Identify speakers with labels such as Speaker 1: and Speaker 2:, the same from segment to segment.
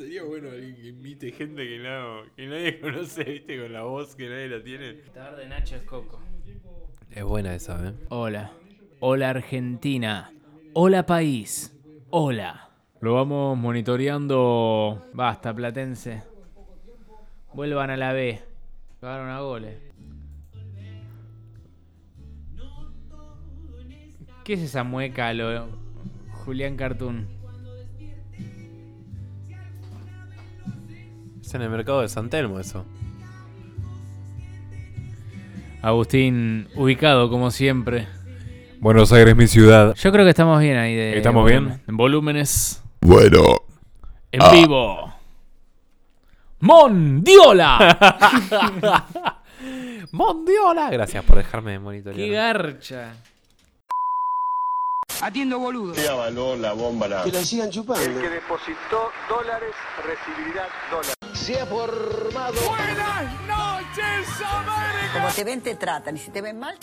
Speaker 1: Sería bueno alguien que invite gente que, no, que nadie conoce, viste, con la voz que nadie la tiene.
Speaker 2: Tabar de Nacho es Coco.
Speaker 1: Es buena esa, ¿eh?
Speaker 2: Hola. Hola Argentina. Hola país. Hola. Lo vamos monitoreando. Basta, Platense. Vuelvan a la B. Cagaron a goles. ¿Qué es esa mueca a lo Julián Cartoon?
Speaker 1: Es en el mercado de San Telmo eso.
Speaker 2: Agustín, ubicado como siempre.
Speaker 1: Buenos Aires, mi ciudad.
Speaker 2: Yo creo que estamos bien ahí de.
Speaker 1: ¿Estamos bien?
Speaker 2: En volúmenes.
Speaker 3: Bueno,
Speaker 2: En
Speaker 1: Ah.
Speaker 2: vivo. ¡Mondiola!
Speaker 1: ¡Mondiola! Gracias por dejarme monitorear.
Speaker 2: ¡Qué garcha!
Speaker 4: Atiendo boludo.
Speaker 5: Se avaló la bomba la...
Speaker 6: Que la sigan chupando.
Speaker 7: depositó dólares recibirá dólares.
Speaker 6: Se ha formado.
Speaker 8: Como te ven, te tratan. Y si te ven mal,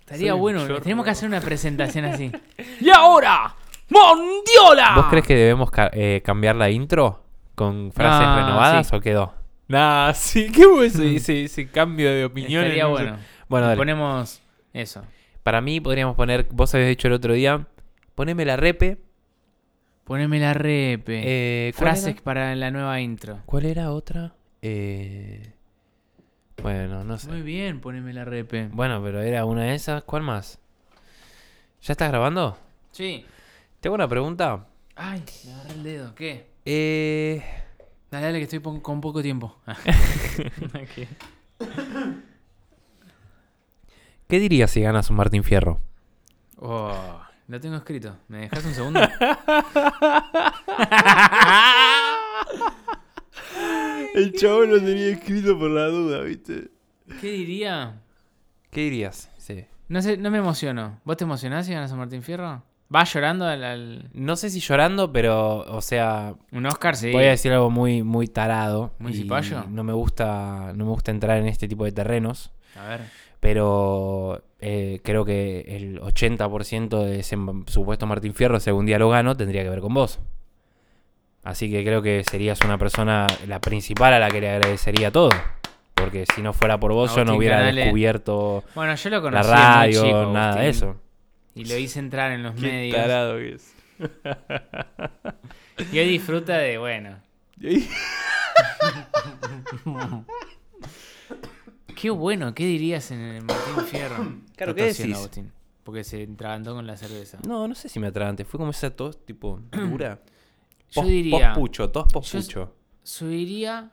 Speaker 2: Estaría
Speaker 1: Soy un
Speaker 2: bueno.
Speaker 1: chorro.
Speaker 2: Tenemos que hacer una presentación así. ¡Y ahora! ¡Mondiola!
Speaker 1: ¿Vos crees que debemos ca- eh, cambiar la intro con frases
Speaker 2: Ah,
Speaker 1: renovadas
Speaker 2: sí.
Speaker 1: o quedó? Nah, sí, qué bueno ese, ese- ese cambio de opinión.
Speaker 2: Estaría
Speaker 1: en-
Speaker 2: bueno.
Speaker 1: Bueno, dale.
Speaker 2: Ponemos eso.
Speaker 1: Para mí podríamos poner, vos habías dicho el otro día, poneme la repe.
Speaker 2: Poneme la repe.
Speaker 1: Eh, ¿cuál
Speaker 2: Frases
Speaker 1: era?
Speaker 2: para la nueva intro.
Speaker 1: ¿Cuál era otra? Eh, bueno, no sé.
Speaker 2: Muy bien, poneme la repe.
Speaker 1: Bueno, pero era una de esas. ¿Cuál más? ¿Ya estás grabando?
Speaker 2: Sí.
Speaker 1: Tengo una pregunta.
Speaker 2: Ay, me agarré el dedo. ¿Qué?
Speaker 1: Eh,
Speaker 2: Dale, dale, que estoy pon- con poco tiempo.
Speaker 1: ¿Qué dirías si ganas un Martín Fierro?
Speaker 2: Oh, lo tengo escrito. ¿Me dejas un segundo?
Speaker 1: El chavo lo tenía escrito por la duda, ¿viste?
Speaker 2: ¿Qué diría?
Speaker 1: ¿Qué dirías? Sí.
Speaker 2: No sé, no me emociono. ¿Vos te emocionás si ganas a Martín Fierro? ¿Vas llorando al, al-
Speaker 1: No sé si llorando, pero, o sea,
Speaker 2: un Oscar? Sí.
Speaker 1: voy a decir algo muy, muy tarado.
Speaker 2: Muy
Speaker 1: y
Speaker 2: cipallo.
Speaker 1: No me gusta, no me gusta entrar en este tipo de terrenos,
Speaker 2: A ver.
Speaker 1: pero eh, creo que el 80% de ese m- supuesto Martín Fierro, si algún día lo gano, tendría que ver con vos. Así que creo que serías una persona, la principal a la que le agradecería todo. Porque si no fuera por vos, yo no
Speaker 2: Agustín
Speaker 1: hubiera
Speaker 2: Canale.
Speaker 1: descubierto
Speaker 2: Bueno, yo lo
Speaker 1: la
Speaker 2: conocí.
Speaker 1: radio,
Speaker 2: muy chico,
Speaker 1: nada de
Speaker 2: Agustín,
Speaker 1: eso.
Speaker 2: Y lo hice entrar en los medios.
Speaker 1: tarado que es.
Speaker 2: Y hoy disfruta de, bueno. qué bueno, ¿qué dirías en el Martín Fierro?
Speaker 1: Claro,
Speaker 2: Está
Speaker 1: ¿qué
Speaker 2: tosiendo,
Speaker 1: decís?
Speaker 2: Agustín, porque se entrabantó con la cerveza.
Speaker 1: No, no sé si me atragante. Fue como esa tos, tipo, dura.
Speaker 2: Yo
Speaker 1: Pos-
Speaker 2: diría.
Speaker 1: Pospucho, tos pospucho.
Speaker 2: Subiría.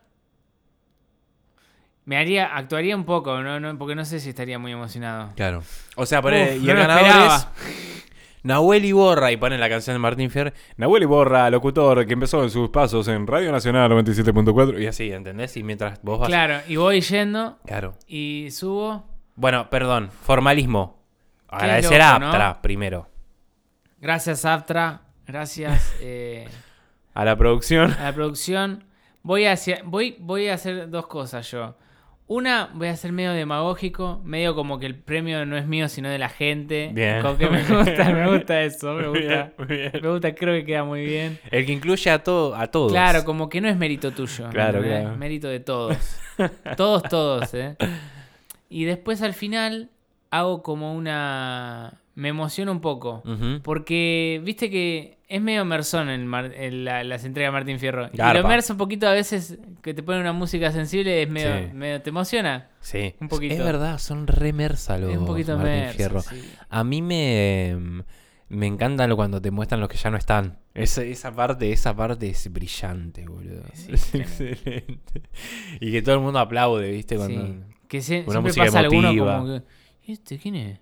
Speaker 2: Me haría. Actuaría un poco, ¿no? No, porque no sé si estaría muy emocionado.
Speaker 1: Claro. O sea,
Speaker 2: Uf,
Speaker 1: poné, y
Speaker 2: no
Speaker 1: el
Speaker 2: lo
Speaker 1: ganador
Speaker 2: esperaba.
Speaker 1: es Nahuel Iborra. Y ponen la canción de Martín Fierro. Nahuel Iborra, locutor, que empezó en sus pasos en Radio Nacional 97.4. Y así, ¿entendés? Y mientras vos vas.
Speaker 2: Claro, y voy yendo
Speaker 1: Claro.
Speaker 2: y subo.
Speaker 1: Bueno, perdón. Formalismo. Agradecer
Speaker 2: loco,
Speaker 1: a
Speaker 2: ¿no?
Speaker 1: Aptra primero.
Speaker 2: Gracias, Aptra. Gracias eh,
Speaker 1: A la producción.
Speaker 2: a la producción. Voy, hacia, voy, voy a hacer dos cosas yo. Una, voy a ser medio demagógico, medio como que el premio no es mío, sino de la gente.
Speaker 1: Bien.
Speaker 2: Como que me gusta, me gusta eso, me
Speaker 1: Muy
Speaker 2: gusta.
Speaker 1: bien, muy bien.
Speaker 2: Me gusta, creo que queda muy bien.
Speaker 1: El que incluye a, todo a todos.
Speaker 2: Claro, como que no es mérito tuyo. ¿me
Speaker 1: Claro,
Speaker 2: entendés?
Speaker 1: claro.
Speaker 2: Mérito de todos. todos, todos, ¿eh? Y después al final hago como una... Me emociono un poco.
Speaker 1: Ujú.
Speaker 2: Porque, viste que es medio merzón el Mar- el- la- las entregas de Martín Fierro. Y
Speaker 1: Garpa.
Speaker 2: lo merzo un poquito a veces que te ponen una música sensible, es medio,
Speaker 1: Sí.
Speaker 2: medio te emociona.
Speaker 1: Sí.
Speaker 2: Un poquito.
Speaker 1: Es verdad, son re mersa los
Speaker 2: es un poquito
Speaker 1: Martín
Speaker 2: merzo,
Speaker 1: Fierro.
Speaker 2: sí.
Speaker 1: A mí me, mm, me encanta lo- cuando te muestran los que ya no están. Esa, esa parte, esa parte es brillante, boludo.
Speaker 2: Sí,
Speaker 1: es
Speaker 2: tremendo.
Speaker 1: excelente. Y que todo el mundo aplaude, ¿viste? Cuando...
Speaker 2: Sí. Que se,
Speaker 1: una
Speaker 2: siempre
Speaker 1: música
Speaker 2: pasa
Speaker 1: emotiva.
Speaker 2: alguno como que... ¿Este quién es?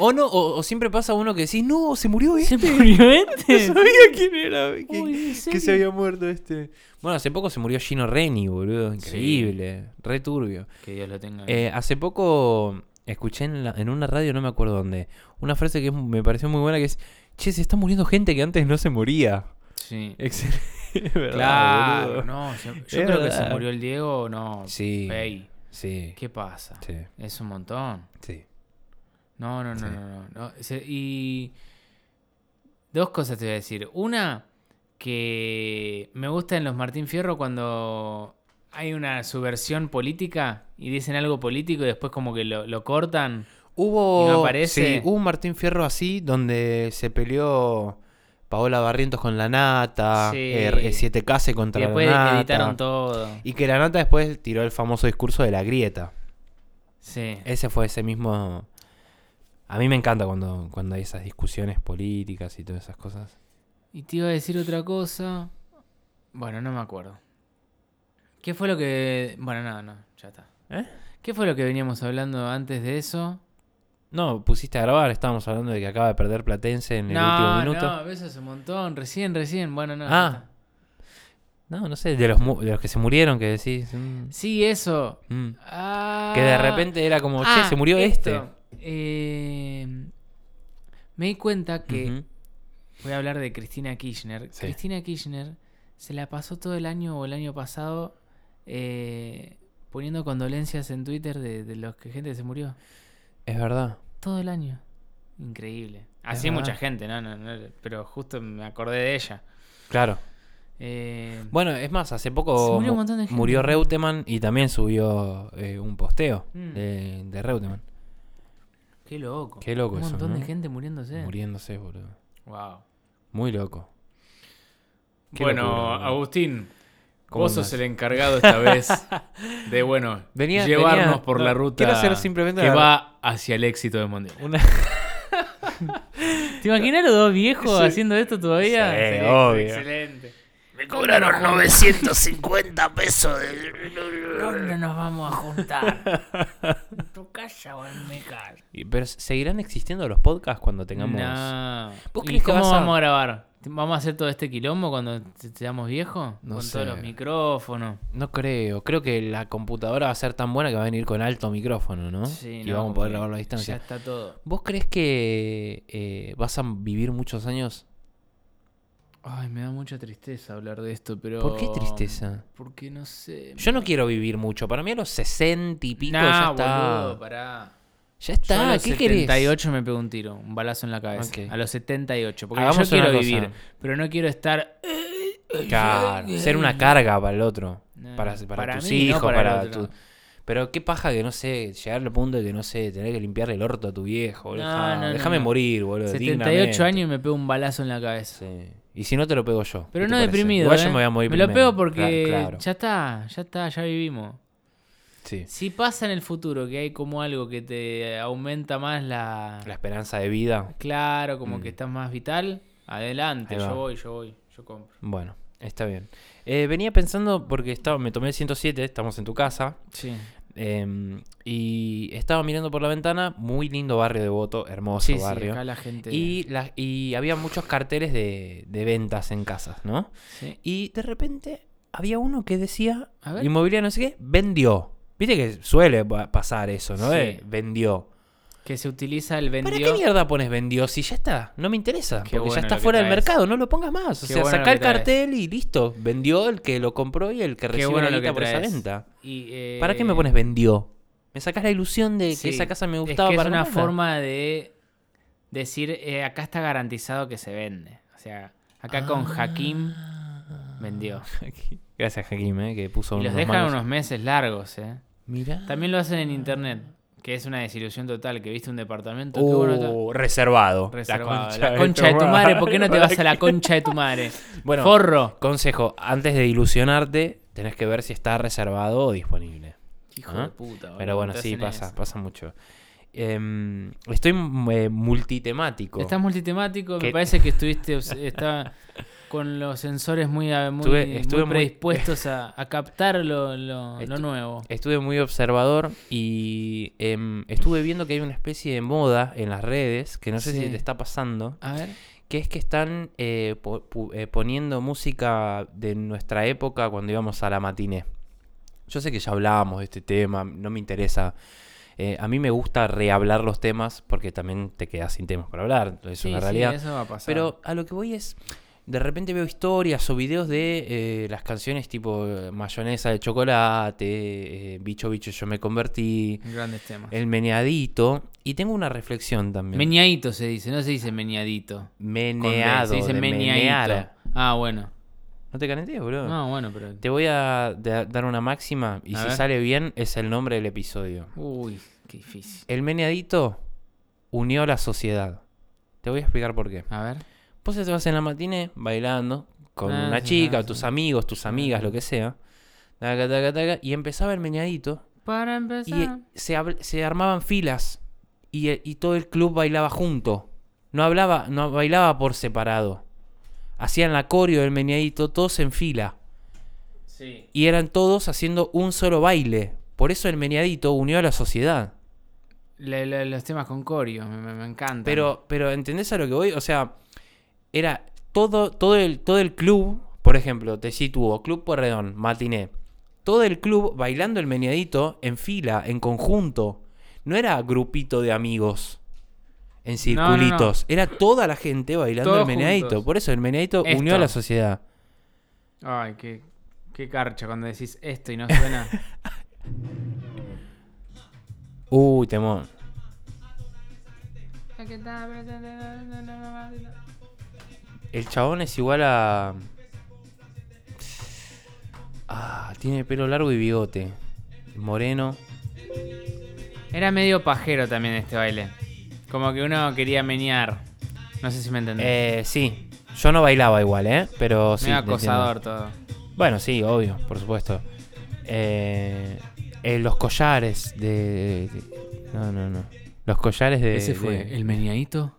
Speaker 1: O no, o, o siempre pasa uno que decís, no, se murió este.
Speaker 2: ¿Se murió este?
Speaker 1: No sabía quién era, que,
Speaker 2: Uy, ¿en
Speaker 1: que se
Speaker 2: serio?
Speaker 1: había muerto este. Bueno, hace poco se murió Gino Reni, boludo. Increíble, re turbio.
Speaker 2: Que Dios lo tenga.
Speaker 1: Eh, hace poco escuché en, la- en una radio, no me acuerdo dónde, una frase que es- me pareció muy buena que es, che, se está muriendo gente que antes no se moría.
Speaker 2: sí.
Speaker 1: Excelente. ¿verdad,
Speaker 2: Claro,
Speaker 1: boludo?
Speaker 2: no, yo, yo
Speaker 1: Es
Speaker 2: creo que
Speaker 1: verdad.
Speaker 2: se murió el Diego, no.
Speaker 1: Sí.
Speaker 2: ey,
Speaker 1: Sí.
Speaker 2: ¿Qué pasa?
Speaker 1: Sí.
Speaker 2: Es un montón.
Speaker 1: Sí.
Speaker 2: No, no, no,
Speaker 1: Sí.
Speaker 2: no, no, no. Se- Y dos cosas te voy a decir. Una, que me gusta en los Martín Fierro cuando hay una subversión política y dicen algo político y después como que lo, lo cortan.
Speaker 1: Hubo,
Speaker 2: ¿Y no aparece?
Speaker 1: sí, hubo un Martín Fierro así donde se peleó Paola Barrientos con la nata,
Speaker 2: Sí.
Speaker 1: eh, eh, 7K se contra
Speaker 2: y después
Speaker 1: la nata.
Speaker 2: editaron todo.
Speaker 1: Y que la nata después tiró el famoso discurso de la grieta.
Speaker 2: Sí.
Speaker 1: Ese fue ese mismo... A mí me encanta cuando, cuando hay esas discusiones políticas y todas esas cosas.
Speaker 2: Y te iba a decir otra cosa. Bueno, no me acuerdo. ¿Qué fue lo que... Bueno, no, no, ya está.
Speaker 1: ¿Eh?
Speaker 2: ¿Qué fue lo que veníamos hablando antes de eso?
Speaker 1: No, pusiste a grabar, estábamos hablando de que acaba de perder Platense en el último minuto.
Speaker 2: No, eso es un montón. Recién, recién. Bueno, no. ya
Speaker 1: Ah.
Speaker 2: está.
Speaker 1: No, no sé, de los, mu- de los que se murieron, que decís. mm,
Speaker 2: Sí, eso.
Speaker 1: mm.
Speaker 2: Ah.
Speaker 1: Que de repente era como, che,
Speaker 2: Ah,
Speaker 1: se murió este".
Speaker 2: esto. Eh, me di cuenta
Speaker 1: este.
Speaker 2: que.
Speaker 1: Ujú.
Speaker 2: Voy a hablar de Cristina Kirchner.
Speaker 1: Sí.
Speaker 2: Cristina Kirchner se la pasó todo el año o el año pasado eh, poniendo condolencias en Twitter de, de los que gente se murió.
Speaker 1: Es verdad.
Speaker 2: Todo el año. Increíble. Así
Speaker 1: verdad.
Speaker 2: mucha gente, no, no, no, pero justo me acordé de ella.
Speaker 1: Claro.
Speaker 2: Eh,
Speaker 1: Bueno, es más, hace
Speaker 2: Se
Speaker 1: poco
Speaker 2: murió un
Speaker 1: mu-
Speaker 2: montón de gente.
Speaker 1: murió Reutemann y también subió eh, un posteo
Speaker 2: Mm.
Speaker 1: de, de Reutemann.
Speaker 2: Qué loco.
Speaker 1: Qué loco
Speaker 2: Un
Speaker 1: eso,
Speaker 2: montón de
Speaker 1: ¿no?
Speaker 2: gente muriéndose.
Speaker 1: Muriéndose, boludo.
Speaker 2: Wow.
Speaker 1: Muy loco. Qué
Speaker 2: bueno,
Speaker 1: locura, boludo.
Speaker 2: Agustín,
Speaker 1: ¿Cómo
Speaker 2: vos
Speaker 1: andás?
Speaker 2: sos el encargado esta vez de, bueno,
Speaker 1: Venía-
Speaker 2: llevarnos
Speaker 1: venía-
Speaker 2: por
Speaker 1: no,
Speaker 2: la ruta
Speaker 1: quiero hacer simplemente
Speaker 2: que
Speaker 1: la-
Speaker 2: va hacia el éxito de Mundial.
Speaker 1: Una-
Speaker 2: ¿Te imaginas los dos viejos haciendo esto todavía?
Speaker 1: Sí, obvio.
Speaker 2: Excelente.
Speaker 3: Me cobraron 950 pesos. De...
Speaker 2: ¿Dónde nos vamos a juntar? ¿En tu casa o en mi casa?
Speaker 1: Y- Pero ¿seguirán existiendo los podcasts cuando tengamos...?
Speaker 2: No.
Speaker 1: ¿Vos
Speaker 2: ¿Y
Speaker 1: creés que
Speaker 2: cómo
Speaker 1: vas a-
Speaker 2: vamos a grabar? ¿Vamos a hacer todo este quilombo cuando te- seamos viejos?
Speaker 1: No
Speaker 2: Con
Speaker 1: sé.
Speaker 2: todos los micrófonos.
Speaker 1: No creo. Creo que la computadora va a ser tan buena que va a venir con alto micrófono, ¿no?
Speaker 2: Sí,
Speaker 1: y
Speaker 2: no,
Speaker 1: vamos a poder
Speaker 2: porque
Speaker 1: grabarlo a distancia.
Speaker 2: Ya está todo.
Speaker 1: ¿Vos crees que eh, vas a vivir muchos años?
Speaker 2: Ay, me da mucha tristeza hablar de esto, pero.
Speaker 1: ¿Por qué tristeza?
Speaker 2: Porque no sé.
Speaker 1: Yo no quiero vivir mucho. Para mí a los 60 y pico ya
Speaker 2: Nah,
Speaker 1: está.
Speaker 2: boludo, pará.
Speaker 1: Ya
Speaker 2: Yo
Speaker 1: está.
Speaker 2: a los
Speaker 1: ¿Qué
Speaker 2: 78 me pegó un tiro, un balazo en la cabeza.
Speaker 1: Ok.
Speaker 2: A los 78. Porque
Speaker 1: Hagamos
Speaker 2: yo quiero
Speaker 1: una cosa.
Speaker 2: vivir, pero no quiero estar. eh,
Speaker 1: querés? Claro, ser una carga para el otro.
Speaker 2: No,
Speaker 1: para, para
Speaker 2: para
Speaker 1: tus
Speaker 2: mí, no
Speaker 1: hijos,
Speaker 2: para el
Speaker 1: para,
Speaker 2: otro.
Speaker 1: tu... Pero qué paja que no sé, llegar al punto de que no sé, tener que limpiarle el orto a tu viejo. boludo.
Speaker 2: No,
Speaker 1: Dejá-
Speaker 2: no, no,
Speaker 1: Déjame
Speaker 2: no.
Speaker 1: morir, boludo.
Speaker 2: 78
Speaker 1: dignamente.
Speaker 2: años y me pegó un balazo en la cabeza.
Speaker 1: Sí. Y si no te lo pego yo. ¿qué
Speaker 2: Pero
Speaker 1: te
Speaker 2: no
Speaker 1: parece?
Speaker 2: deprimido.
Speaker 1: Igual
Speaker 2: ¿eh?
Speaker 1: yo me voy a morir
Speaker 2: lo
Speaker 1: primero.
Speaker 2: pego porque
Speaker 1: Cla- claro,
Speaker 2: ya está, ya está, ya vivimos.
Speaker 1: sí.
Speaker 2: Si pasa en el futuro que hay como algo que te aumenta más la.
Speaker 1: La esperanza de vida.
Speaker 2: Claro, como que estás más vital, adelante,
Speaker 1: Mm. Ahí va.
Speaker 2: yo voy, yo voy, yo compro.
Speaker 1: Bueno, está bien. Eh, venía pensando, porque estaba, me tomé el 107, estamos en tu casa,
Speaker 2: Sí.
Speaker 1: eh, y estaba mirando por la ventana, muy lindo barrio de Voto, hermoso
Speaker 2: Sí, sí,
Speaker 1: barrio.
Speaker 2: acá la gente.
Speaker 1: y, la- y había muchos carteles de, de ventas en casas, ¿no?
Speaker 2: Sí.
Speaker 1: Y de repente había uno que decía,
Speaker 2: A ver.
Speaker 1: inmobiliaria no sé qué, vendió. Viste que suele pa- pasar eso, ¿no?
Speaker 2: Sí.
Speaker 1: Eh, vendió.
Speaker 2: Que se utiliza el vendió.
Speaker 1: ¿Para qué mierda pones vendió si ya está? No me interesa.
Speaker 2: Qué
Speaker 1: porque
Speaker 2: bueno
Speaker 1: ya está
Speaker 2: lo que
Speaker 1: fuera del
Speaker 2: traes.
Speaker 1: mercado, no lo pongas más. O
Speaker 2: Qué
Speaker 1: sea,
Speaker 2: bueno
Speaker 1: saca
Speaker 2: lo
Speaker 1: el
Speaker 2: que traes.
Speaker 1: cartel y listo. Vendió el que lo compró y el que
Speaker 2: Qué
Speaker 1: recibió
Speaker 2: bueno
Speaker 1: la
Speaker 2: lo que
Speaker 1: guita por esa
Speaker 2: traes.
Speaker 1: venta.
Speaker 2: Y, eh,
Speaker 1: ¿Para qué me pones vendió? Me sacas la ilusión de que
Speaker 2: sí,
Speaker 1: esa casa me gustaba
Speaker 2: es que
Speaker 1: para
Speaker 2: Es una
Speaker 1: comprarla.
Speaker 2: forma de decir, eh, acá está garantizado que se vende. O sea, acá con
Speaker 1: Ah.
Speaker 2: Hakim vendió.
Speaker 1: Gracias, Jaquim, eh, que puso
Speaker 2: Y los
Speaker 1: unos
Speaker 2: dejan
Speaker 1: malos-
Speaker 2: unos meses largos, ¿eh?
Speaker 1: Mirá.
Speaker 2: También lo hacen en internet, que es una desilusión total, que viste un departamento. qué bueno está.
Speaker 1: Uh, reservado.
Speaker 2: Reservado. La concha,
Speaker 1: de
Speaker 2: de tu madre, ¿por qué no te vas a la concha de tu madre?
Speaker 1: Bueno,
Speaker 2: Forro.
Speaker 1: Consejo, antes de ilusionarte, tenés que ver si está reservado o disponible.
Speaker 2: Hijo
Speaker 1: ¿Ah?
Speaker 2: de puta. boludo,
Speaker 1: Pero bueno,
Speaker 2: te
Speaker 1: sí,
Speaker 2: hacen
Speaker 1: pasa,
Speaker 2: eso.
Speaker 1: pasa mucho. Em, estoy mm, eh, multitemático.
Speaker 2: Estás multitemático, me
Speaker 1: Que-
Speaker 2: parece que estuviste obs- está con los sensores muy, a- muy,
Speaker 1: Estuve-
Speaker 2: muy
Speaker 1: estuve muy-
Speaker 2: predispuestos a, a captar lo, lo- lo
Speaker 1: Estu-
Speaker 2: nuevo.
Speaker 1: Estuve muy observador y em, estuve viendo que hay una especie de moda en las redes, que no sé
Speaker 2: Sí.
Speaker 1: si te está pasando,
Speaker 2: A ver.
Speaker 1: que es que están eh, po- pu- eh, poniendo música de nuestra época cuando íbamos a la matiné. Yo sé que ya hablábamos de este tema, no me interesa. Eh, a mí me gusta rehablar los temas porque también te quedas sin temas para hablar, es
Speaker 2: Sí,
Speaker 1: una
Speaker 2: sí,
Speaker 1: realidad.
Speaker 2: eso va a pasar.
Speaker 1: Pero a lo que voy es, de repente veo historias o videos de eh, las canciones tipo eh, Mayonesa de Chocolate, eh, Bicho Bicho Yo Me Convertí,
Speaker 2: Grandes temas.
Speaker 1: El Meneadito. Y tengo una reflexión también.
Speaker 2: Meñadito se dice, no se dice meñadito. Con D,
Speaker 1: Meneado.
Speaker 2: Se dice
Speaker 1: de
Speaker 2: meñadito.
Speaker 1: menear.
Speaker 2: Ah, bueno.
Speaker 1: No te calenté, boludo.
Speaker 2: No, bueno, pero.
Speaker 1: Te voy a da- dar una máxima y
Speaker 2: A
Speaker 1: si
Speaker 2: ver.
Speaker 1: sale bien es el nombre del episodio.
Speaker 2: Uy, qué difícil.
Speaker 1: El meneadito unió la sociedad. Te voy a explicar por qué.
Speaker 2: A ver.
Speaker 1: Vos te Pues vas en la matine bailando con
Speaker 2: Ah,
Speaker 1: una
Speaker 2: sí,
Speaker 1: chica,
Speaker 2: ah,
Speaker 1: tus
Speaker 2: sí.
Speaker 1: amigos, tus amigas, lo que sea. Taca, taca, taca, y empezaba el meñadito
Speaker 2: Para
Speaker 1: y eh,
Speaker 2: empezar.
Speaker 1: se, abr- se armaban filas y, eh, y todo el club bailaba junto. No hablaba, no bailaba por separado. Hacían la coreo del meñadito todos en fila
Speaker 2: Sí.
Speaker 1: y eran todos haciendo un solo baile. Por eso el meneadito unió a la sociedad.
Speaker 2: Le- le- los temas con Corio, me, me, me encantan.
Speaker 1: Pero, pero ¿entendés a lo que voy? O sea, era todo, todo, el, todo el club, por ejemplo, te sitúo, Club Porredón, matiné. Todo el club bailando el meneadito en fila, en conjunto. No era grupito de amigos en
Speaker 2: No, no, no.
Speaker 1: circulitos. Era toda la gente bailando
Speaker 2: Todos
Speaker 1: el meneadito.
Speaker 2: juntos.
Speaker 1: Por eso el meneadito
Speaker 2: Esto.
Speaker 1: unió a la sociedad.
Speaker 2: Ay, qué, qué carcha cuando decís esto y no suena.
Speaker 1: Uy, temón. El chabón es igual a. Ah, tiene pelo largo y bigote. Moreno.
Speaker 2: Era medio pajero también este baile. Como que uno quería menear. No sé si me entendés.
Speaker 1: Eh, sí. Yo no bailaba igual, ¿eh? Pero sí.
Speaker 2: Mm. medio
Speaker 1: te entiendo.
Speaker 2: acosador todo.
Speaker 1: Bueno, sí, obvio, por supuesto. Eh, eh, los collares de, de- No, no, no. Los collares Este de. de-
Speaker 2: meneadito?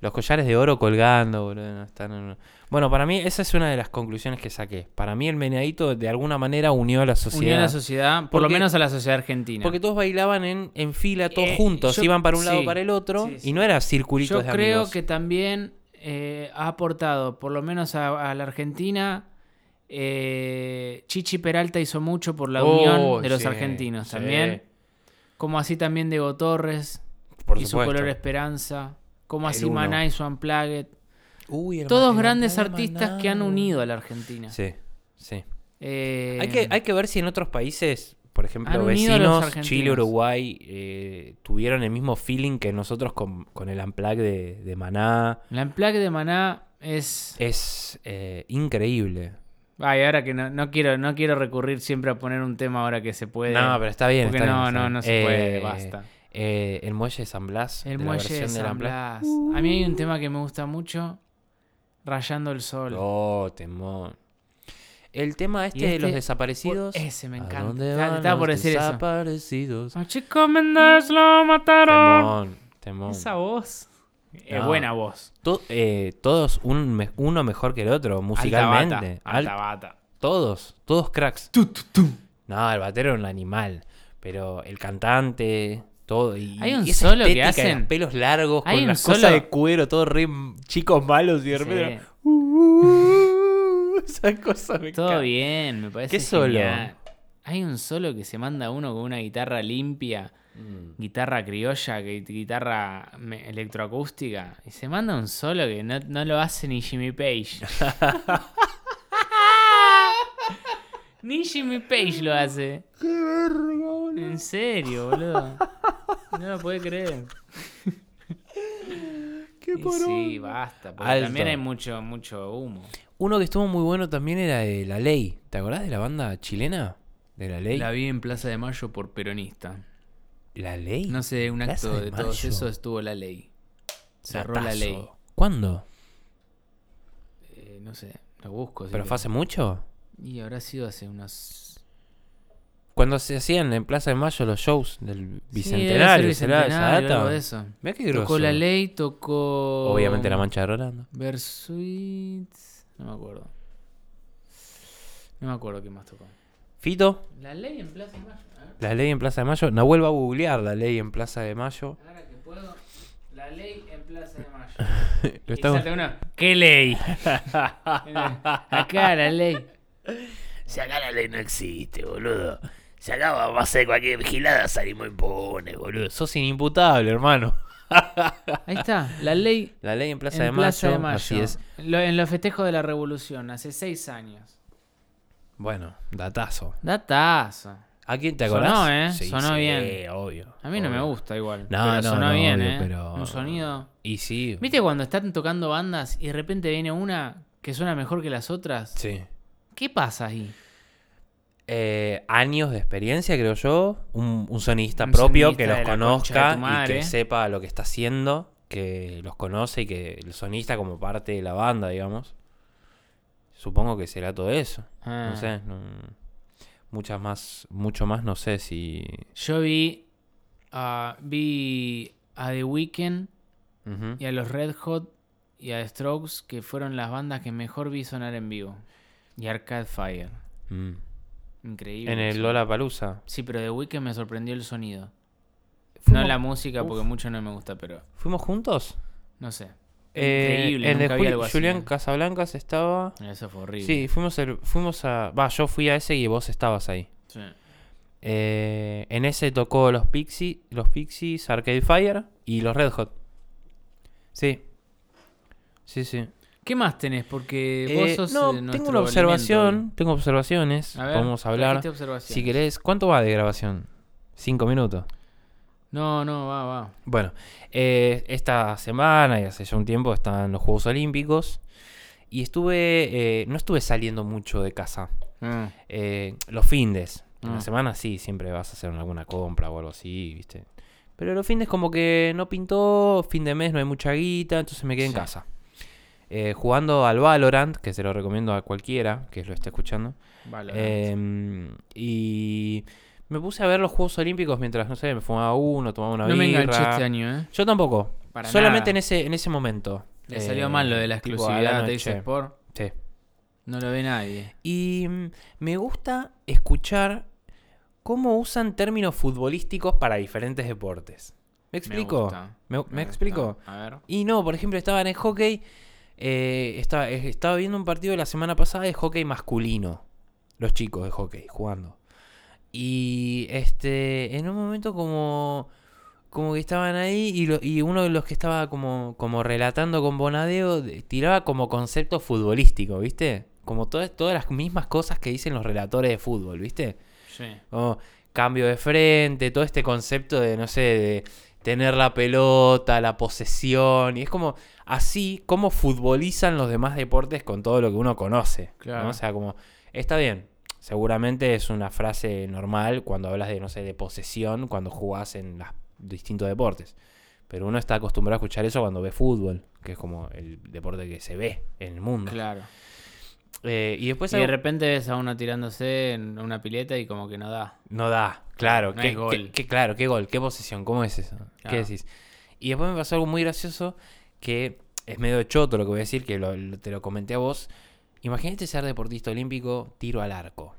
Speaker 1: Los collares de oro colgando, boludo. no está- no, no. Bueno, para mí esa es una de las conclusiones que saqué. Para mí el meneadito de alguna manera unió a la sociedad.
Speaker 2: Unió a la sociedad, por lo
Speaker 1: Porque-
Speaker 2: menos a la sociedad argentina.
Speaker 1: Porque todos bailaban en, en fila, todos
Speaker 2: Eh,
Speaker 1: juntos,
Speaker 2: yo-
Speaker 1: iban para un lado
Speaker 2: sí,
Speaker 1: para el otro,
Speaker 2: sí, sí.
Speaker 1: y no era circulitos
Speaker 2: Yo
Speaker 1: de
Speaker 2: creo
Speaker 1: amigos.
Speaker 2: que también eh, ha aportado, por lo menos a, a la Argentina. eh, Chichi Peralta hizo mucho por la unión
Speaker 1: Oh,
Speaker 2: de los
Speaker 1: sí,
Speaker 2: argentinos
Speaker 1: sí.
Speaker 2: también. Como así también Diego Torres
Speaker 1: Por
Speaker 2: hizo
Speaker 1: supuesto.
Speaker 2: Color Esperanza. Como
Speaker 1: El
Speaker 2: así
Speaker 1: uno.
Speaker 2: Maná hizo Unplugged.
Speaker 1: Uy, hermano,
Speaker 2: Todos
Speaker 1: el
Speaker 2: grandes
Speaker 1: hermano
Speaker 2: artistas que han
Speaker 1: Maná.
Speaker 2: unido a la Argentina.
Speaker 1: Sí, sí.
Speaker 2: Eh,
Speaker 1: Hay que, hay que ver si en otros países, por
Speaker 2: Han
Speaker 1: ejemplo,
Speaker 2: unido a los
Speaker 1: vecinos,
Speaker 2: argentinos.
Speaker 1: Chile, Uruguay, eh, tuvieron el mismo feeling que nosotros con, con el Unplugged de, de Maná.
Speaker 2: La Unplugged de Maná es...
Speaker 1: Es eh, increíble.
Speaker 2: Ay, ahora que no, no quiero no quiero recurrir siempre a poner un tema ahora que se puede.
Speaker 1: No, pero está bien.
Speaker 2: Porque
Speaker 1: está
Speaker 2: no,
Speaker 1: bien, está
Speaker 2: no,
Speaker 1: bien.
Speaker 2: no se puede,
Speaker 1: Eh,
Speaker 2: basta.
Speaker 1: eh, el muelle de San Blas.
Speaker 2: El
Speaker 1: de la
Speaker 2: muelle de
Speaker 1: versión del
Speaker 2: San
Speaker 1: Unplugged.
Speaker 2: Blas. A mí hay un tema que me gusta mucho, Rayando el Sol.
Speaker 1: Oh, temón. El tema este,
Speaker 2: Y
Speaker 1: de los
Speaker 2: este-
Speaker 1: desaparecidos.
Speaker 2: por- ese me
Speaker 1: ¿A
Speaker 2: encanta.
Speaker 1: dónde
Speaker 2: Claro,
Speaker 1: van
Speaker 2: estaba por
Speaker 1: los
Speaker 2: decir eso.
Speaker 1: desaparecidos?
Speaker 2: A Chico Mendes lo mataron.
Speaker 1: Temón, temón.
Speaker 2: Esa voz. Es
Speaker 1: No.
Speaker 2: buena voz.
Speaker 1: To- eh, todos un me- uno mejor que el otro, musicalmente.
Speaker 2: Alta bata. Alta
Speaker 1: Al-
Speaker 2: bata.
Speaker 1: todos, todos cracks. No, el batero era un animal. Pero el cantante, todo. Y,
Speaker 2: Hay un
Speaker 1: y esa
Speaker 2: solo que
Speaker 1: estética de los
Speaker 2: hacen.
Speaker 1: pelos largos,
Speaker 2: Hay
Speaker 1: con
Speaker 2: un
Speaker 1: las
Speaker 2: solo-
Speaker 1: cosas de cuero, todos re chicos malos y de repente.
Speaker 2: Sí.
Speaker 1: "Uh", esa cosa me
Speaker 2: Todo
Speaker 1: encanta.
Speaker 2: bien, me parece.
Speaker 1: ¿Qué solo?
Speaker 2: genial. Hay un solo que se manda uno con una guitarra limpia,
Speaker 1: Mm.
Speaker 2: guitarra criolla, que- guitarra me- electroacústica. Y se manda un solo que no, no lo hace ni Jimmy Page. ni Jimmy Page lo hace. En serio, boludo. No lo puede creer. Qué sí, basta. porque
Speaker 1: Alto.
Speaker 2: también hay mucho, mucho humo.
Speaker 1: Uno que estuvo muy bueno también era de La Ley. ¿Te acordás de la banda chilena? De La Ley.
Speaker 2: La
Speaker 1: La,
Speaker 2: vi en Plaza de Mayo por peronista.
Speaker 1: Ley.
Speaker 2: No sé, un
Speaker 1: Plaza
Speaker 2: acto
Speaker 1: de
Speaker 2: de, todos
Speaker 1: Mayo.
Speaker 2: eso estuvo la ley. Cerró la
Speaker 1: Datazo.
Speaker 2: ley.
Speaker 1: ¿Cuándo?
Speaker 2: Eh, no sé, lo busco. si
Speaker 1: ¿Pero
Speaker 2: lo-
Speaker 1: fue hace mucho?
Speaker 2: Y habrá sido hace unos...
Speaker 1: Cuando se hacían en Plaza de Mayo los shows del
Speaker 2: Sí, debe ser
Speaker 1: Bicentenario, ¿será esa
Speaker 2: Bicentenario,
Speaker 1: data?
Speaker 2: algo de eso.
Speaker 1: Mirá qué groso.
Speaker 2: Tocó la ley, tocó...
Speaker 1: Obviamente la mancha de Rolando.
Speaker 2: Versuit... No me acuerdo. No me acuerdo qué más tocó.
Speaker 1: Fito,
Speaker 2: La ley en Plaza de Mayo. A ver,
Speaker 1: la ley en Plaza de Mayo. Nahuel va a googlear la ley en Plaza de Mayo.
Speaker 2: ahora que puedo... La ley en Plaza de Mayo. Y
Speaker 1: Lo estamos-
Speaker 2: salta uno, ¿Qué ley? Acá la ley.
Speaker 3: Si acá la ley no existe, boludo. Si acá vamos a hacer cualquier vigilada, salimos impunes, boludo.
Speaker 1: Sos inimputable, hermano.
Speaker 2: Ahí está, la ley
Speaker 1: La ley en Plaza,
Speaker 2: en
Speaker 1: de,
Speaker 2: Plaza
Speaker 1: Mayo,
Speaker 2: de Mayo.
Speaker 1: Así es.
Speaker 2: Lo- en los festejos de la Revolución, hace seis años.
Speaker 1: Bueno, datazo.
Speaker 2: Datazo.
Speaker 1: ¿A quién te acordás?
Speaker 2: Sonó, ¿eh? Sonó bien.
Speaker 1: obvio.
Speaker 2: A mí no me
Speaker 1: obvio.
Speaker 2: gusta igual.
Speaker 1: No,
Speaker 2: pero
Speaker 1: no,
Speaker 2: sonó
Speaker 1: no,
Speaker 2: bien,
Speaker 1: obvio,
Speaker 2: ¿eh?
Speaker 1: pero-
Speaker 2: Un sonido.
Speaker 1: Y sí.
Speaker 2: ¿Viste cuando están tocando bandas y de repente viene una que suena mejor que las otras?
Speaker 1: Sí.
Speaker 2: ¿Qué pasa ahí?
Speaker 1: Eh, años de experiencia, creo yo. Un, un sonidista
Speaker 2: Un
Speaker 1: propio
Speaker 2: sonidista
Speaker 1: que los
Speaker 2: de la concha de tu
Speaker 1: conozca y que
Speaker 2: madre.
Speaker 1: sepa lo que está haciendo. Que los conoce y que el sonista como parte de la banda, digamos. Supongo que será todo eso.
Speaker 2: Ah.
Speaker 1: No sé. no- muchas más, mucho más, no sé si.
Speaker 2: Yo vi, ah, vi a The Weeknd
Speaker 1: Ujú.
Speaker 2: y a los Red Hot y a The Strokes, que fueron las bandas que mejor vi sonar en vivo. Y Arcade Fire.
Speaker 1: Mm.
Speaker 2: Increíble.
Speaker 1: En el
Speaker 2: eso.
Speaker 1: Lola Palusa.
Speaker 2: Sí, pero The Weeknd me sorprendió el sonido.
Speaker 1: Fuimos-
Speaker 2: No la música, porque mucho no me gusta, pero
Speaker 1: ¿Fuimos juntos?
Speaker 2: no sé.
Speaker 1: Eh,
Speaker 2: Increíble,
Speaker 1: el de
Speaker 2: nunca vi
Speaker 1: Juli-
Speaker 2: algo así,
Speaker 1: Julián
Speaker 2: eh.
Speaker 1: Casablancas estaba.
Speaker 2: Eso fue horrible.
Speaker 1: Sí, fuimos, el- fuimos a. Va, yo fui a ese y vos estabas ahí.
Speaker 2: Sí.
Speaker 1: Eh, en ese tocó los Pixies, los Pixies, Arcade Fire y los Red Hot. Sí. Sí, sí.
Speaker 2: ¿Qué más tenés? Porque
Speaker 1: Eh,
Speaker 2: vos sos.
Speaker 1: no,
Speaker 2: eh,
Speaker 1: tengo
Speaker 2: nuestro
Speaker 1: una observación.
Speaker 2: alimento.
Speaker 1: Tengo observaciones.
Speaker 2: A ver,
Speaker 1: podemos hablar.
Speaker 2: trajiste observaciones.
Speaker 1: Si querés, ¿cuánto va de grabación? Cinco minutos.
Speaker 2: No, no, va, va.
Speaker 1: Bueno, eh, esta semana y hace ya un tiempo están los Juegos Olímpicos. Y estuve. eh, no estuve saliendo mucho de casa.
Speaker 2: Ah,
Speaker 1: Eh, los findes. En
Speaker 2: Ah.
Speaker 1: la semana sí, siempre vas a hacer alguna compra o algo así, ¿viste? Pero los findes como que no pintó, fin de mes no hay mucha guita, entonces me quedé en
Speaker 2: Sí.
Speaker 1: casa. Eh, jugando al Valorant, que se lo recomiendo a cualquiera que lo esté escuchando.
Speaker 2: vale.
Speaker 1: Eh, y me puse a ver los Juegos Olímpicos mientras, no sé, me fumaba uno, tomaba una
Speaker 2: no me
Speaker 1: birra.
Speaker 2: enganché este año, ¿eh?
Speaker 1: Yo tampoco.
Speaker 2: Para
Speaker 1: Solamente
Speaker 2: nada.
Speaker 1: en ese, en ese momento.
Speaker 2: Le
Speaker 1: Eh,
Speaker 2: salió mal lo de la
Speaker 1: tipo, a
Speaker 2: exclusividad de
Speaker 1: noche.
Speaker 2: eSport.
Speaker 1: Sí.
Speaker 2: No lo ve nadie.
Speaker 1: Y mm, me gusta escuchar cómo usan términos futbolísticos para diferentes deportes. ¿Me explico?
Speaker 2: gusta,
Speaker 1: ¿Me, me
Speaker 2: gusta.
Speaker 1: explico?
Speaker 2: A ver.
Speaker 1: Y no, por ejemplo, estaba en el hockey. eh, estaba, eh, estaba viendo un partido la semana pasada de hockey masculino. Los chicos de hockey jugando. Y este. En un momento como. Como que estaban ahí y, lo- y uno de los que estaba como, como relatando con Bonadeo de- tiraba como concepto futbolístico, ¿viste? Como todas, todas las mismas cosas que dicen los relatores de fútbol, ¿viste?
Speaker 2: Sí.
Speaker 1: como cambio de frente, todo este concepto de, no sé, de tener la pelota, la posesión, y es como así como futbolizan los demás deportes con todo lo que uno conoce. ¿no?
Speaker 2: Claro.
Speaker 1: O sea, como, está bien, seguramente es una frase normal cuando hablas de, no sé, de posesión, cuando jugás en los distintos deportes. Pero uno está acostumbrado a escuchar eso cuando ve fútbol, que es como el deporte que se ve en el mundo.
Speaker 2: Claro.
Speaker 1: Eh, y después
Speaker 2: y de
Speaker 1: algo-
Speaker 2: repente ves a uno tirándose en una pileta y como que no da.
Speaker 1: No da, claro.
Speaker 2: No hay
Speaker 1: qué, qué-
Speaker 2: gol.
Speaker 1: qué- claro, qué gol, qué posición, ¿cómo es eso? ¿Qué
Speaker 2: Claro.
Speaker 1: decís? Y después me pasó algo muy gracioso que es medio choto lo que voy a decir, que lo- lo- te lo comenté a vos. Imagínate ser deportista olímpico, tiro al arco.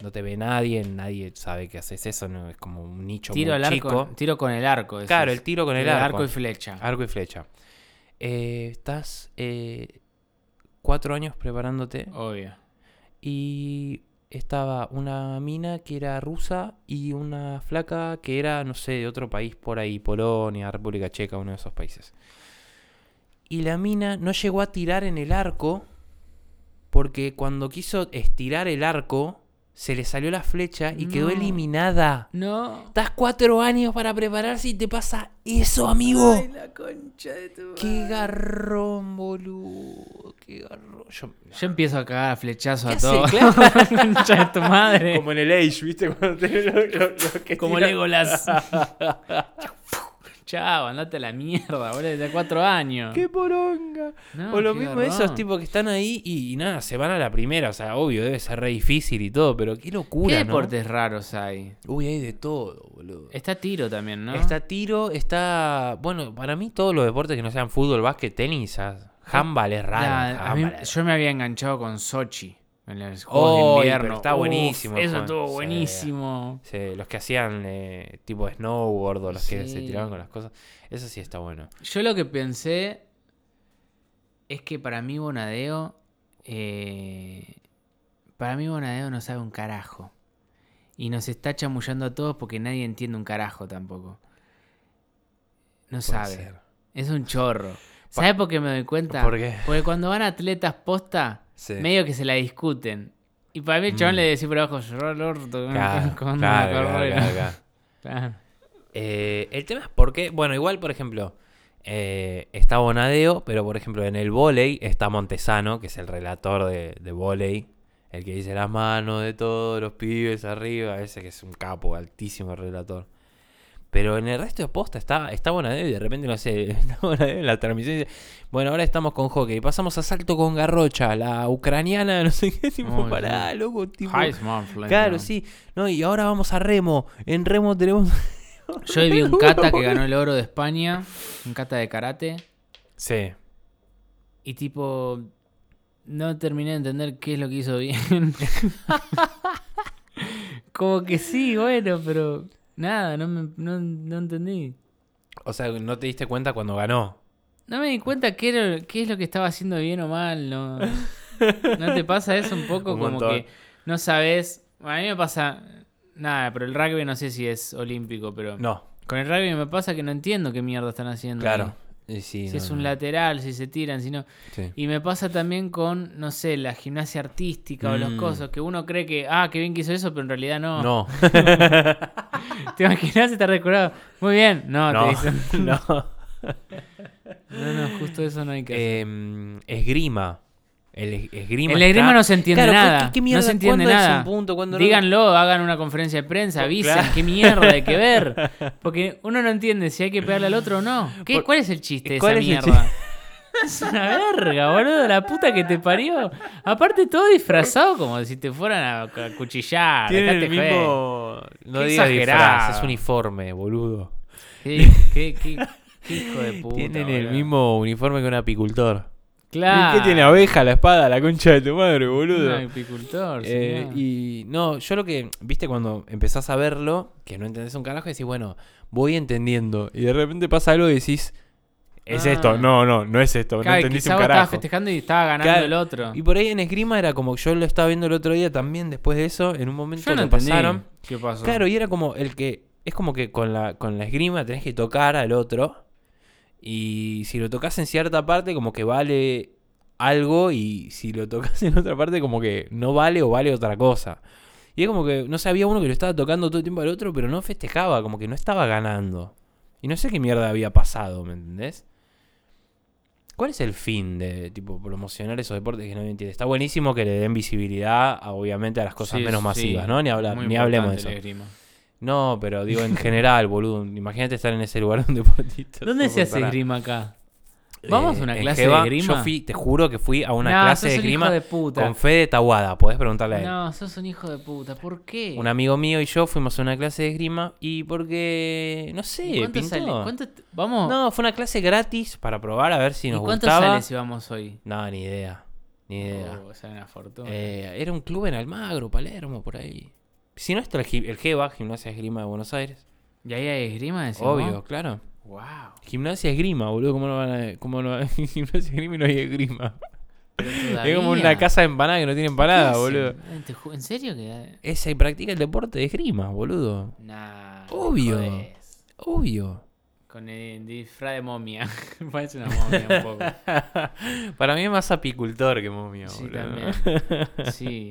Speaker 1: No te ve nadie, nadie sabe que haces eso, no es como un nicho
Speaker 2: Tiro
Speaker 1: muy
Speaker 2: al
Speaker 1: chico.
Speaker 2: arco. Tiro con el arco. decís.
Speaker 1: Claro, el tiro con el arco. Ah.
Speaker 2: y flecha.
Speaker 1: Arco y flecha. Eh, estás eh, cuatro años preparándote.
Speaker 2: Obvio.
Speaker 1: Y estaba una mina que era rusa y una flaca que era, no sé, de otro país por ahí, Polonia, República Checa, uno de esos países. Y la mina no llegó a tirar en el arco porque cuando quiso estirar el arco se le salió la flecha y quedó
Speaker 2: No.
Speaker 1: eliminada.
Speaker 2: No.
Speaker 1: Estás cuatro años para prepararse y te pasa eso, amigo.
Speaker 2: la concha de tu.
Speaker 1: Qué garrón, boludo. Qué garrón. Yo-
Speaker 2: Yo empiezo a cagar a flechazo
Speaker 1: ¿Qué
Speaker 2: a
Speaker 1: hace?
Speaker 2: todo.
Speaker 1: Claro.
Speaker 2: concha de tu madre. Como,
Speaker 1: Como en el Age, ¿viste? Cuando tenés lo- lo- lo que tiran.
Speaker 2: Legolas. Chao, andate a la mierda, boludo. Desde cuatro años.
Speaker 1: ¡Qué poronga!
Speaker 2: No,
Speaker 1: o lo
Speaker 2: qué
Speaker 1: mismo
Speaker 2: garrón.
Speaker 1: esos tipos que están ahí y, y nada, se van a la primera. O sea, obvio, debe ser re difícil y todo, pero qué
Speaker 2: ¿Qué
Speaker 1: locura, ¿no?
Speaker 2: deportes raros hay?
Speaker 1: Uy, hay de todo, boludo.
Speaker 2: Está tiro también, Eh, ¿no?
Speaker 1: Está tiro, está... Bueno, para mí todos los deportes que no sean fútbol, básquet, tenis, ah, handball es raro.
Speaker 2: Ya, a mí-
Speaker 1: handball es
Speaker 2: yo me había enganchado con Sochi en los Juegos
Speaker 1: Oh,
Speaker 2: de
Speaker 1: pero
Speaker 2: Invierno.
Speaker 1: está
Speaker 2: Uf,
Speaker 1: buenísimo el
Speaker 2: Eso
Speaker 1: juego.
Speaker 2: estuvo
Speaker 1: Sí.
Speaker 2: buenísimo.
Speaker 1: Sí, los que hacían eh, tipo snowboard o los que se
Speaker 2: Sí.
Speaker 1: tiraban con las cosas. Eso sí está bueno.
Speaker 2: Yo lo que pensé es que para mí Bonadeo. eh, para mí Bonadeo no sabe un carajo. Y nos está chamullando a todos porque nadie entiende un carajo tampoco. No
Speaker 1: Puede
Speaker 2: sabe.
Speaker 1: ser.
Speaker 2: Es un chorro. ¿Sabes por qué me doy cuenta?
Speaker 1: ¿Por qué?
Speaker 2: Porque cuando van atletas posta,
Speaker 1: Sí. Mm.
Speaker 2: medio que se la discuten. Y para mí el chabón le decía por abajo, yo al orto con-
Speaker 1: Claro,
Speaker 2: con una
Speaker 1: claro,
Speaker 2: carrera".
Speaker 1: claro, claro.
Speaker 2: Claro.
Speaker 1: Eh, el tema es por qué. Bueno, igual, por ejemplo, eh, está Bonadeo, pero por ejemplo, en el volei está Montesano, que es el relator de, de volei. El que dice las manos de todos los pibes arriba, ese que es un capo, altísimo relator. Pero en el resto de posta está, está Bonadeo y de repente, no sé, está Bonadeo en la transmisión y dice, bueno, ahora estamos con hockey, pasamos a salto con Garrocha, la ucraniana, no sé qué, tipo,
Speaker 2: Oh,
Speaker 1: pará,
Speaker 2: sí.
Speaker 1: loco, tipo.
Speaker 2: Heisman, Flynn,
Speaker 1: Claro,
Speaker 2: ¿no?
Speaker 1: sí. No, y ahora vamos a remo. En remo tenemos...
Speaker 2: Yo vi un kata que ganó el oro de España, un kata de karate,
Speaker 1: Sí.
Speaker 2: y tipo, no terminé de entender qué es lo que hizo bien. Como que sí, bueno, pero nada, no, me- no, no entendí.
Speaker 1: O sea, no te diste cuenta cuando ganó.
Speaker 2: No me di cuenta qué, era- qué es lo que estaba haciendo bien o mal, ¿no? ¿No te pasa eso un poco?
Speaker 1: Un
Speaker 2: Como
Speaker 1: montón.
Speaker 2: que no sabes... A mí me pasa... Nada, pero el rugby no sé si es olímpico, pero...
Speaker 1: No,
Speaker 2: Con el rugby me pasa que no entiendo qué mierda están haciendo. ahí.
Speaker 1: claro. Y sí,
Speaker 2: Si
Speaker 1: no,
Speaker 2: es un
Speaker 1: no.
Speaker 2: lateral, si se tiran, si no.
Speaker 1: Sí.
Speaker 2: Y me pasa también con, no sé, la gimnasia artística o los
Speaker 1: Mm.
Speaker 2: cosas, que uno cree que, ah, qué bien que hizo eso, pero en realidad no.
Speaker 1: No,
Speaker 2: ¿Te imaginas estar decorado? Muy bien. No,
Speaker 1: no,
Speaker 2: te dicen.
Speaker 1: no.
Speaker 2: No, no, justo eso no hay que hacer.
Speaker 1: Em, esgrima. El es- esgrima.
Speaker 2: El esgrima
Speaker 1: está-
Speaker 2: no se entiende
Speaker 1: Claro, ¿qué-
Speaker 2: nada.
Speaker 1: qué- qué mierda?
Speaker 2: no se entiende
Speaker 1: ¿Cuándo es
Speaker 2: nada.
Speaker 1: un punto? ¿Cuándo no?
Speaker 2: Díganlo, hagan una conferencia de prensa, avisen
Speaker 1: claro.
Speaker 2: qué mierda hay que ver. Porque uno no entiende si hay que pegarle al otro o no. ¿Qué,
Speaker 1: Por-
Speaker 2: ¿Cuál es el chiste de esa
Speaker 1: ¿Cuál es el
Speaker 2: mierda? Es una verga, boludo, la puta que te parió. Aparte, todo disfrazado como si te fueran a a cuchillar.
Speaker 1: Tiene
Speaker 2: dejate
Speaker 1: el
Speaker 2: joder.
Speaker 1: mismo... No
Speaker 2: Qué
Speaker 1: digas disfraz,
Speaker 2: exagerado.
Speaker 1: es uniforme, boludo.
Speaker 2: Sí, qué, qué- qué hijo de puta.
Speaker 1: Tienen el
Speaker 2: boludo.
Speaker 1: mismo uniforme que un apicultor.
Speaker 2: Claro.
Speaker 1: ¿Y qué tiene abeja, la espada, la concha de tu madre, boludo?
Speaker 2: Un apicultor,
Speaker 1: Eh,
Speaker 2: señor.
Speaker 1: y no, yo lo que, viste, cuando empezás a verlo, que no entendés un carajo, decís, bueno, voy entendiendo. Y de repente pasa algo y decís, es
Speaker 2: Ah.
Speaker 1: esto, no, no, no es esto,
Speaker 2: Claro,
Speaker 1: no entendiste
Speaker 2: quizá
Speaker 1: un
Speaker 2: vos estabas
Speaker 1: carajo.
Speaker 2: festejando y estaba ganando
Speaker 1: Claro.
Speaker 2: el otro.
Speaker 1: Y por ahí en esgrima era como, yo lo estaba viendo el otro día también, después de eso, en un momento
Speaker 2: Yo no
Speaker 1: lo
Speaker 2: entendí.
Speaker 1: pasaron.
Speaker 2: ¿Qué pasó?
Speaker 1: Claro, y era como el que, es como que con la, con la esgrima tenés que tocar al otro. Y si lo tocas en cierta parte, como que vale algo. Y si lo tocas en otra parte, como que no vale o vale otra cosa. Y es como que, no sabía uno que lo estaba tocando todo el tiempo al otro, pero no festejaba, como que no estaba ganando. Y no sé qué mierda había pasado, ¿me entendés? ¿Cuál es el fin de tipo promocionar esos deportes que no entiende? Está buenísimo que le den visibilidad, a, obviamente, a las cosas
Speaker 2: Sí,
Speaker 1: menos
Speaker 2: sí.
Speaker 1: masivas, ¿no? Ni, habla-
Speaker 2: Muy
Speaker 1: ni hablemos de
Speaker 2: importante
Speaker 1: eso.
Speaker 2: el esgrima.
Speaker 1: No, pero digo en general, boludo. Imagínate estar en ese lugar de un deportista.
Speaker 2: ¿Dónde
Speaker 1: No
Speaker 2: se hace
Speaker 1: preparás.
Speaker 2: esgrima acá? ¿Vamos a una
Speaker 1: Eh, en
Speaker 2: clase
Speaker 1: Jeva,
Speaker 2: de esgrima?
Speaker 1: Yo fui, te juro que fui a una
Speaker 2: No,
Speaker 1: clase
Speaker 2: sos
Speaker 1: de
Speaker 2: un hijo
Speaker 1: esgrima
Speaker 2: de puta.
Speaker 1: con Fede Tawada. Podés preguntarle a él.
Speaker 2: No, sos un hijo de puta. ¿Por qué?
Speaker 1: Un amigo mío y yo fuimos a una clase de esgrima y porque. No sé,
Speaker 2: ¿Y ¿Cuánto
Speaker 1: pintó.
Speaker 2: sale? ¿Cuánto t- Vamos.
Speaker 1: No, fue una clase gratis para probar a ver si
Speaker 2: ¿Y
Speaker 1: nos
Speaker 2: cuánto
Speaker 1: gustaba.
Speaker 2: sale si vamos hoy?
Speaker 1: No, ni idea. Ni idea.
Speaker 2: Oh, sale una fortuna.
Speaker 1: Eh, era un club en Almagro, Palermo, por ahí. Si no está el, Gi- el GEBA, Gimnasia de Esgrima de Buenos Aires.
Speaker 2: ¿Y ahí hay esgrima? decís vos?
Speaker 1: Obvio, claro.
Speaker 2: Wow.
Speaker 1: Gimnasia esgrima, boludo. ¿Cómo no van a.? Cómo no... gimnasia esgrima y no hay esgrima. Es como
Speaker 2: Todavía.
Speaker 1: una casa de empanada que no tiene empanada,
Speaker 2: ¿Qué
Speaker 1: boludo.
Speaker 2: hacen? ¿En Eh, te ju- ¿En serio que.? eh?
Speaker 1: Ese practica el deporte de esgrima, boludo.
Speaker 2: Nah.
Speaker 1: Obvio.
Speaker 2: jodés.
Speaker 1: Obvio.
Speaker 2: Con el disfraz de momia. Parece una momia un poco.
Speaker 1: Para mí es más apicultor que momia,
Speaker 2: Sí,
Speaker 1: boludo.
Speaker 2: también. Sí, sí.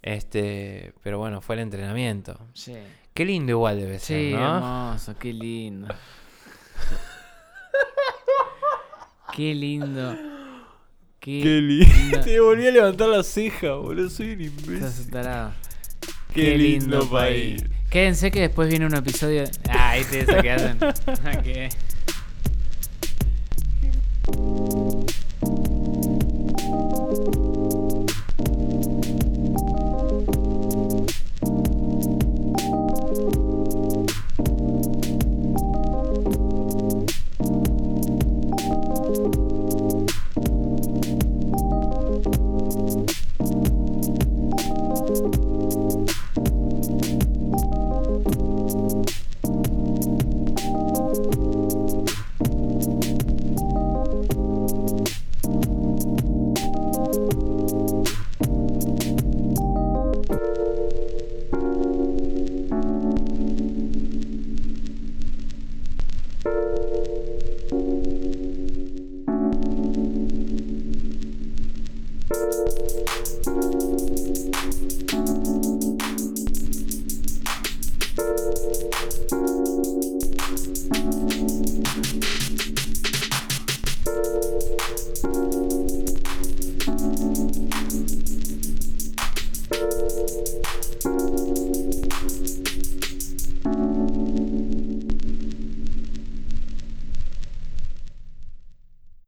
Speaker 1: Este. Pero bueno, fue el entrenamiento.
Speaker 2: Sí,
Speaker 1: Qué lindo igual debe ser,
Speaker 2: Sí,
Speaker 1: ¿no?
Speaker 2: hermoso, qué lindo. qué lindo. Qué, lindo.
Speaker 1: volví a levantar la ceja, boludo. Soy un
Speaker 2: Estás
Speaker 1: imbécil.
Speaker 2: tarado. Quédense que después viene un episodio. Ah, ahí te esa que hacen. Ok.